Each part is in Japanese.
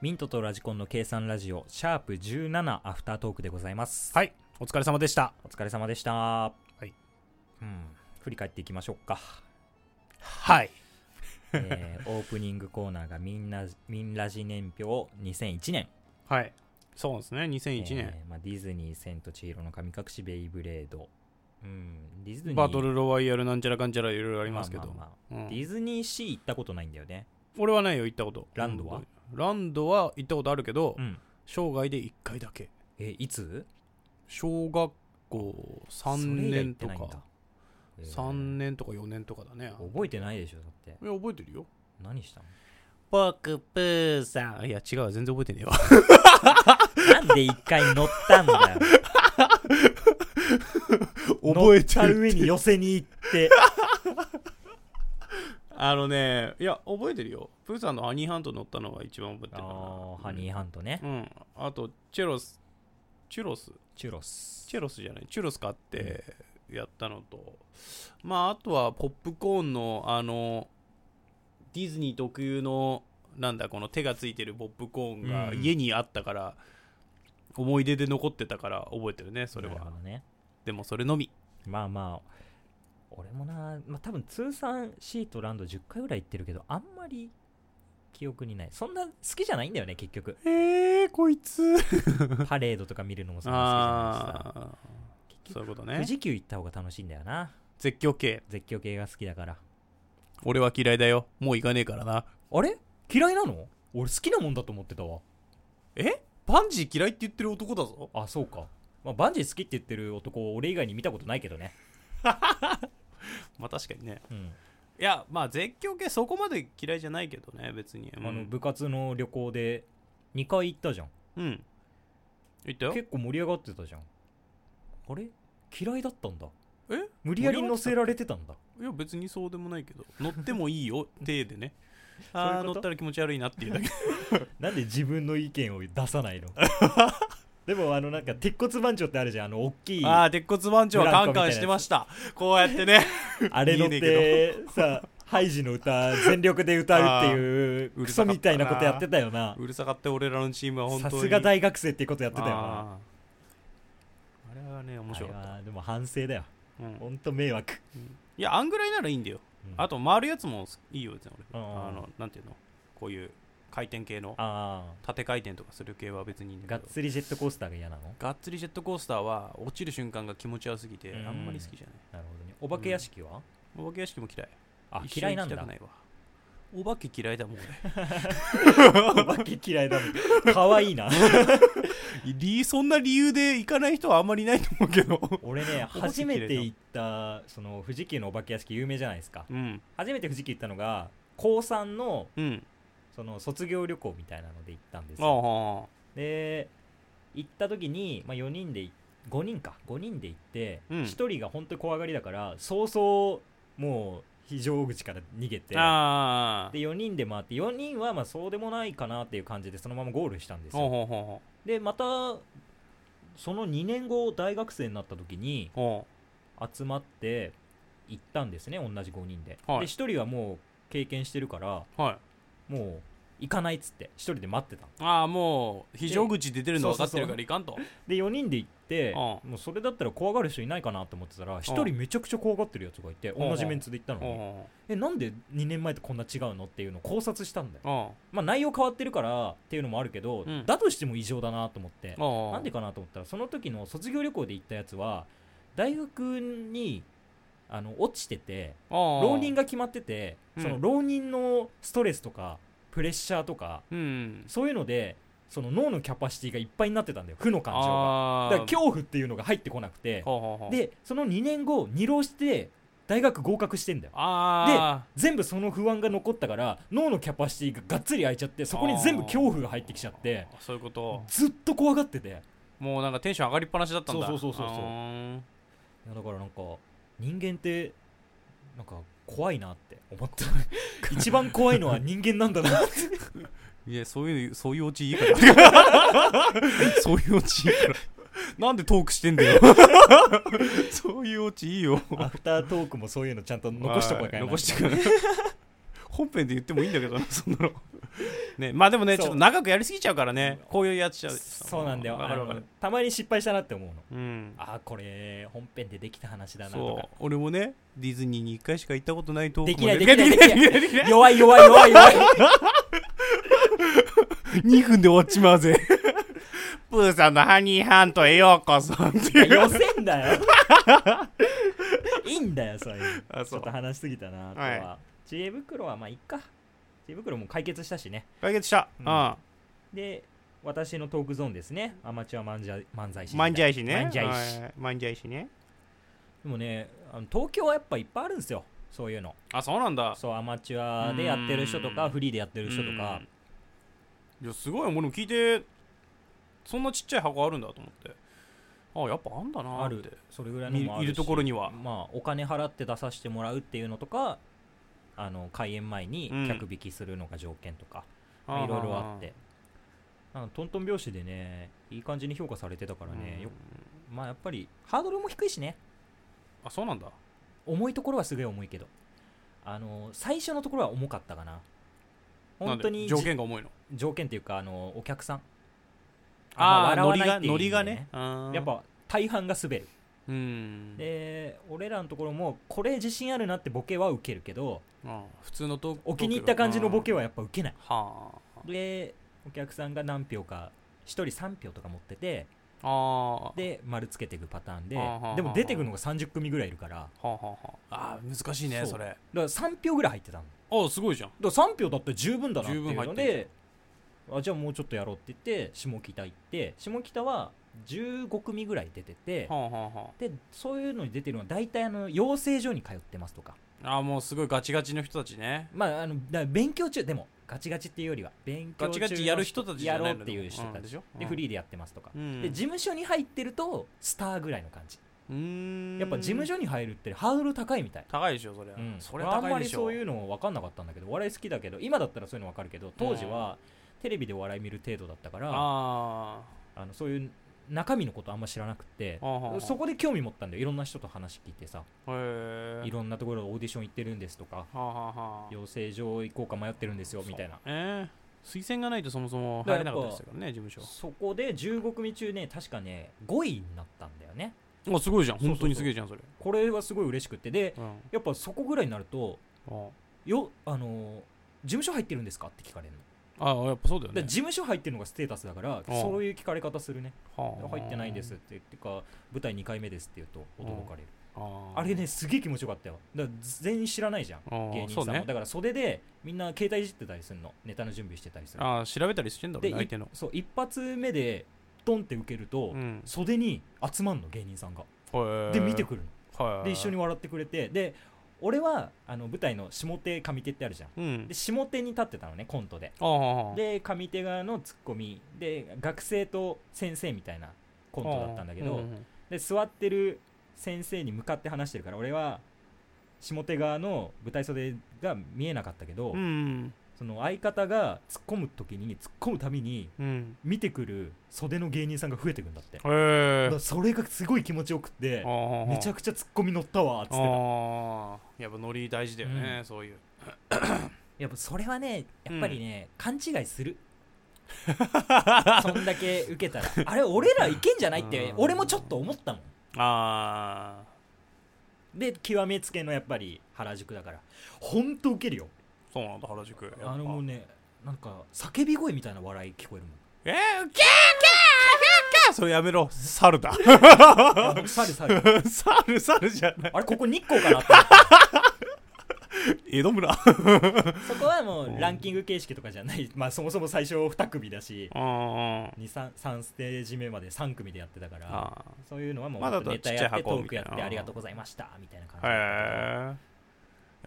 ミントとラジコンの計算ラジオ、シャープ17アフタートークでございます。はいお疲れ様でした。お疲れ様でした。はいうん。振り返っていきましょうか。 はいえーオープニングコーナーがみんな、みんラジ年表2001年。はいそうですね2001年、えーまあ、ディズニー、千と千尋の神隠し、ベイブレード。うん。ディズニー。バトルロワイヤルなんちゃらかんちゃらいろいろあありますけまど、あまうあんディズニーシー行ったことないんだよね。俺はないよ行ったことランドはランドは行ったことあるけど、うん。生涯で1回だけえ、いつ小学校3年とそれ以来行ってないんかだえー3年とか4年とかだね覚えてないでしょだっていや覚えてるよ何したの僕プーさんいや違う全然覚えてね えわなんで一回乗ったんだよ覚乗っえてたる上に寄せに行ってあのねいや覚えてるよプーさんのハニーハント乗ったのが一番覚えてあるかなーハニーハントねうんあとチェロスチュロスチュロスチェロスじゃないチュロス買ってやったのと、まああとはポップコーンのあのディズニー特有のなんだこの手がついてるポップコーンがうん家にあったから、思い出で残ってたから覚えてるねそれなるはほどねでもそれのみまあまあ俺もな、まあ、多分通算シートランド10回ぐらい行ってるけどあんまり記憶にないそんな好きじゃないんだよね結局えー、こいつパレードとか見るのもそんな好きじゃないしさああ結そうい局うこと富ね士急行った方が楽しいんだよな絶叫系絶叫系が好きだから俺は嫌いだよもう行かねえからなあれ嫌いなの俺好きなもんだと思ってたわえバンジー嫌いって言ってる男だぞあそうか、まあ、バンジー好きって言ってる男を俺以外に見たことないけどねまあ確かにねうん、いやまあ絶叫系そこまで嫌いじゃないけどね別にあのうん部活の旅行で2回行ったじゃんうん。言ったよ。結構盛り上がってたじゃんあれ嫌いだったんだえ無理やり乗せられてたんだいや、別にそうでもないけど。乗ってもいい よ、手でね。そういうことああ、乗ったら気持ち悪いなっていうだけ。なんで自分の意見を出さ ないのでもあのなんか鉄骨番長ってあるじゃんあの大きいあああ、鉄骨番長はカンカンしてました。こうやってね。れ乗っ見えねてさハイジの歌全力で歌うっていうあークソみたいなことやってたよなうるさかった俺らのチームは本当さに。すが大学生っていうことやってたよなあーあれはね、面白かっあれた。はでも反省だようんほんと迷惑いや、あんぐらいならいいんだよ。あとと、回るやつもいいよ、別に俺。うんうんうんあの、なんていうのこういう回転系の、あ縦回転とかする系は別にいいんあだがっけど。つりジェットコースターが嫌なのがっつりジェットコースターは落ちる瞬間が気持ち悪すぎて、あんまり好きじゃない。なるほどねお化け屋敷は、お化け屋敷も嫌い。あ一嫌緒にいなん行きただくないわお化け嫌いだもん お化け嫌いだもんかわいい な俺理そんな理由で行かない人はあんまりいないと思うけど俺ねお化け初嫌いめだて行ったその富士急のお化け屋敷有名じゃないですか うん初めて富士急行ったのが高3のうんその卒業旅行みたいなので行ったんですあよあで行った時に、まあ、4人で5人か5人で行って、うん1人が本当に怖がりだから早々もう非常口から逃げてああで4人で回って4人はまあそうでもないかなっていう感じでそのままゴールしたんですほうよほうほでまたその2年後大学生になった時にうほ集まって行ったんですね同じ5人で、はいで1人はもう経験してるからうはいもう行かないっつって1人で待ってたああもう非常口で出るの分かってるそかうそうらいかんとで4人で行ってうんもうそれだったら怖がる人いないかなと思ってたら1人めちゃくちゃ怖がってるやつがいてん同じメンツで行ったのほうにほえなんで2年前とこんな違うのっていうのを考察したんだようほまあ、内容変わってるからっていうのもあるけど、うんだとしても異常だなと思ってう、ほうなんでかなと思ったらその時の卒業旅行で行ったやつは大学にあの落ちてて浪浪人が決まってて、うんその浪人のストレスとかプレッシャーとかうんそういうのでその脳のキャパシティがいっぱいになってたんだよ負の感情があだあから恐怖っていうのが入ってこなくてほうほうほうでその2年後二浪して大学合格してんだよああ全部その不安が残ったから脳のキャパシティががっつり空いちゃってそこに全部恐怖が入ってきちゃってそういうことずっと怖がってていやもうなんかテンション上がりっぱなしだったんだそうそうそうそうそうあーだからなんか人間ってなんか怖いなって思った一番怖い のは人間なんだなっていや、そういう、そういうオチいいから。そういうオチいいから。なんでトークしてんだよ。そういうオチいいよ。アフタートークもそういうのちゃんと残しとこうかはない残してく本編で言ってもいいんだけどなそんな のねまあでもねそうちょっと長くやりすぎちゃうからねこういうやつちゃうそうなんだよわかるわかるあのたまに失敗したなって思うのうんああこれ本編でできた話だなとそかう俺もねディズニーに1回しか行ったことないトークできもないねできないできない できない弱い弱い弱い弱い2分で終わっちまうぜプーさんのハニーハントへようこそっていいや寄うせんだよいいんだよそういうあちそょっうと話しすぎたなあとは、は知恵袋はまあいっか知恵袋も解決したしね解決したううんんで私のトークゾーンですねアマチュア漫才漫才師漫才師ね漫才師はい漫才師ねでもねあの東京はやっぱいっぱいあるんですよそういうのあそうなんだそうアマチュアでやってる人とうかんフリーでやってる人とかうんいやすごい俺も聞いてそんなちっちゃい箱あるんだと思ってあやっぱあんだなあってるそれぐらいの見もあいるところにはまあお金払って出させてもらうっていうのとかあの開演前にうん客引きするのが条件とか、まあいろいろあってなんかトントン拍子でねいい感じに評価されてたからね、うんよまあやっぱりハードルも低いしねあそうなんだ重いところはすごい重いけどあの最初のところは重かったかな本当になんで条じ件が重いの条件っていうかあのお客さんあまあ笑ノわリないがっていうノリが意味でねうんやっぱ大半が滑るうんで俺らのところもこれ自信あるなってボケは受けるけどうん普通のトークお気に入った感じのボケははやっぱ受けないはあでお客さんが何票か1人3票とか持っててあーで丸つけていくパターンではあはあはあでも出てくるのが30組ぐらいいるからだかはあはあはああー難しいねそうそれら3票ぐらい入ってたのあすごいじゃんだから3票だったら十分だなっていう十分の入ってであじゃあもうちょっとやろうって言って下北行って下北は15組ぐらい出ててはあはあはでそういうのに出てるのは大体あの養成所に通ってますとかああーもうすごいガチガチの人たちねまああのだから勉強中でもガチガチっていうよりは勉強中ガチガチやる人たちじゃないのやろうっていう人たちんでしょでフーリーでやってますとか、うんで事務所に入ってるとスターぐらいの感じうーんやっぱ事務所に入るってハードル高いみたい、高いでしょそれは、うん、そ俺れあはん高まいりでしょそういうの分かんなかったんだけどお笑い好きだけど今だったらそういうの分かるけど当時はテレビでお笑い見る程度だったから、ああのそういう中身のことあんま知らなくてーあーそこで興味持ったんだよいろんな人と話聞いてさへえいろんなところでオーディション行ってるんですとかはあはあはあ養成所行こうか迷ってるんですよみたいなええ推薦がないとそもそもだからや入れなっかぱったですからね事務所そこで15組中ね確かね5位になったんだよねあすごいじゃんそうそうそう本当にすげえじゃんそれこれはすごい嬉しくってでうんやっぱそこぐらいになるとあよあの事務所入ってるんですかって聞かれるの、あやっぱそうだだよねから事務所入ってるのがステータスだからうんそういう聞かれ方するねはあ入ってないんですってってか舞台2回目ですって言うと驚かれるあーあれねすげえ気持ちよかったよだから全員知らないじゃんあー芸人さそうんも、ねだから袖でみんな携帯いじってたりするのネタの準備してたりするあー調べたりしてんだろうでね相手のいそう一発目でドンって受けると、うん袖に集まんの芸人さんがへえで見てくるはのいで一緒にに笑ってくれてで俺はあの舞台の下手上手ってあるじゃんうんで下手に立ってたのねコントでああで上手側のツッコミで学生と先生みたいなコントだったんだけど、で座ってる先生に向かって話してるから俺は下手側の舞台袖が見えなかったけど、うんその相方が突っ込む時に突っ込むたびにうん見てくる袖の芸人さんが増えてくんだってへえだからそれがすごい気持ちよくってめちゃくくちちゃツッコミ乗ったわっつってたああやっぱノリ大事だよね、うんそういうやっぱそれはねやっぱりね、勘違い するそんだけ受けたらあれ俺らいけんじゃないってうん俺もちょっと思ったもんああで極めつけのやっぱり原宿だからほんとウケるよそうなんだ原宿やっぱあのもうねなんか叫び声みたいな笑い聞こえるもんえー、ウケーウケーウケーウケーそれやめろ猿 だいや僕猿 猿猿猿じゃないあれここ日光かなって思っ 江戸村あたそこはもうランキング形式とかじゃないまあそもそも最初2組だしあ2 3, 3ステージ目まで3組でやってたからあそういうのはもうまだネタやってちっちゃい箱トークやみったいてなありがとうございましたみたいな感じだったけどへえ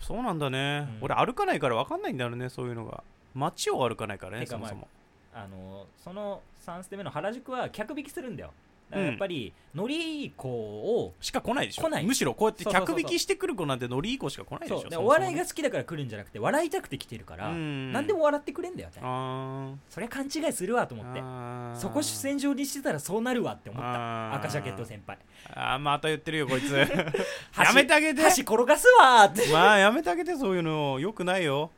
そうなんだね、うん俺歩かないから分かんないんだろうねそういうのが街を歩かないからねてかそまもあそもあのその3ステ目の原宿は客引きするんだよだからやっぱりノリいい子を、しか来ないでしょ来ないむしろこうやってそうそうそうそう客引きしてくる子なんてノリいい子しか来ないでしょそうでそもそもお笑いが好きだから来るんじゃなくて笑いたくて来てるから、うん何でも笑ってくれんだよねあそりゃ勘違いするわと思ってあそこ主戦場にしてたらそうなるわって思ったた赤ジャケット先輩あーまた言ってる よこいつ や箸めてあげて箸転がすわーってまあやめてあげてそういうのよくないよ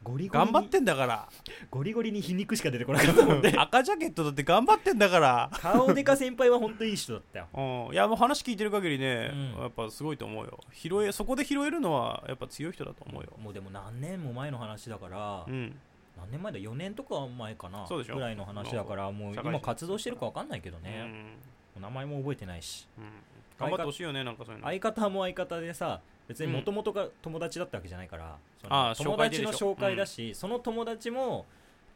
ゴリゴリに頑張ってんだからゴリゴリに皮肉しか出てこなかったもんね 赤ジャケットだって頑張ってんだから顔でか先輩は本当いい人だったようん、いやもう話聞いてる限りね、うんやっぱすごいと思うよ拾えそこで拾えるのはやっぱ強い人だと思うよ、もうでも何年も前の話だから、うん、何年前だ4年とか前かなそうでしょぐらいの話だからもう社会今人活動してるか分かんないけどね、お名前も覚えてないしうんうん、頑張ってほしいよねなんかそういうの相方も相方でさ別にもともとが友達だったわけじゃないから、そのああ友紹介で達でしょの紹介だし、その友達も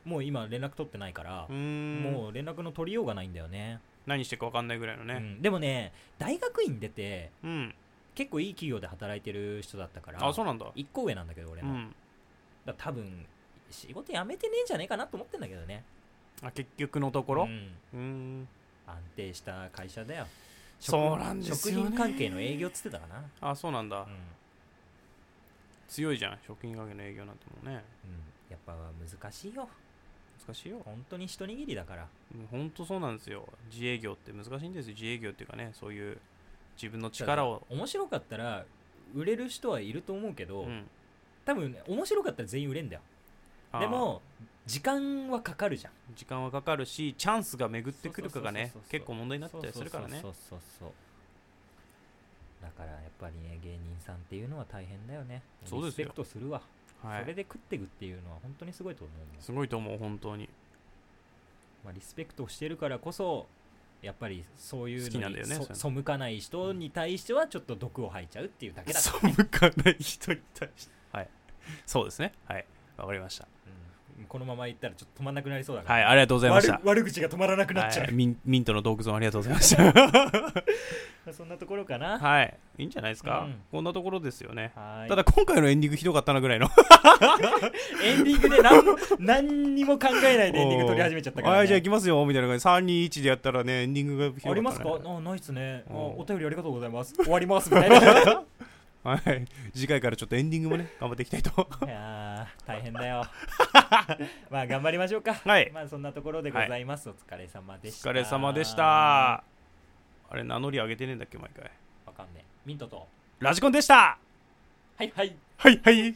もう今連絡取ってないからうー、んもう連絡の取りようがないんだよね何してるか分かんないぐらいのうねんでもね大学院出てうん、結構いい企業で働いてる人だったからあそうなんだ一個上なんだけど俺うの、だかんら多分仕事辞めてねえんじゃねえかなと思ってんだけどねあ結局のところうんうん安定した会社だよ食そうなんですよね食品関係の営業っつってたかな、あそうなんだうんうん、強いじゃん食品関係の営業なんてもうねやっぱ難しいよ難しいよ本当に一握りだからうんほんとそうなんですよ自営業って難しいんですよ自営業っていうかねそういう自分の力を面白かったら売れる人はいると思うけど、うん多分ね面白かったら全員売れんだよあーでも時間はかかるじゃん時間はかかるしチャンスが巡ってくるかがそうねそうそうそう結構問題になったりするからねそうそうそうそうだからやっぱりね芸人さんっていうのは大変だよねそうですよリスペクトするわ、はそれいで食っていくっていうのは本当にすごいと思うんです、すごいと思う本当にまあ、リスペクトしてるからこそやっぱりそういう好きなのんだによねそそう背かない人に対してはちょっと毒を吐いちゃうっていうだけだ、 背かない人に対してはいそうですねはいわかりましたうんこのまま行ったらちょっと止まんなくなりそうだから、はいありがとうございました悪悪口が止まらなくなっちゃう、はいミンミントの洞窟もありがとうございました そんなところかな。はいいいんじゃないですか、うんこんなところですよねはーいただ今回のエンディングひどかったなぐらいのエンディングで何も何 にも考えないでエンディング取り始めちゃったから、ね。はいじゃあ行きますよみたいな感じ321でやったらねエンディングがひどかったねありますかあないっすね。あうんお便りありがとうございます。終わりますみたい な。いはい次回からちょっとエンディングもね頑張っていきた いとやー大変だ よ。まあ頑張りましょうか。はいまあそんなところでございます。お疲れ様おでした。疲れ様でし。たあれ名乗り上げてねえんだっけ毎回わかんねえ。ミントと。ラジコンでしたはいはい。はいはい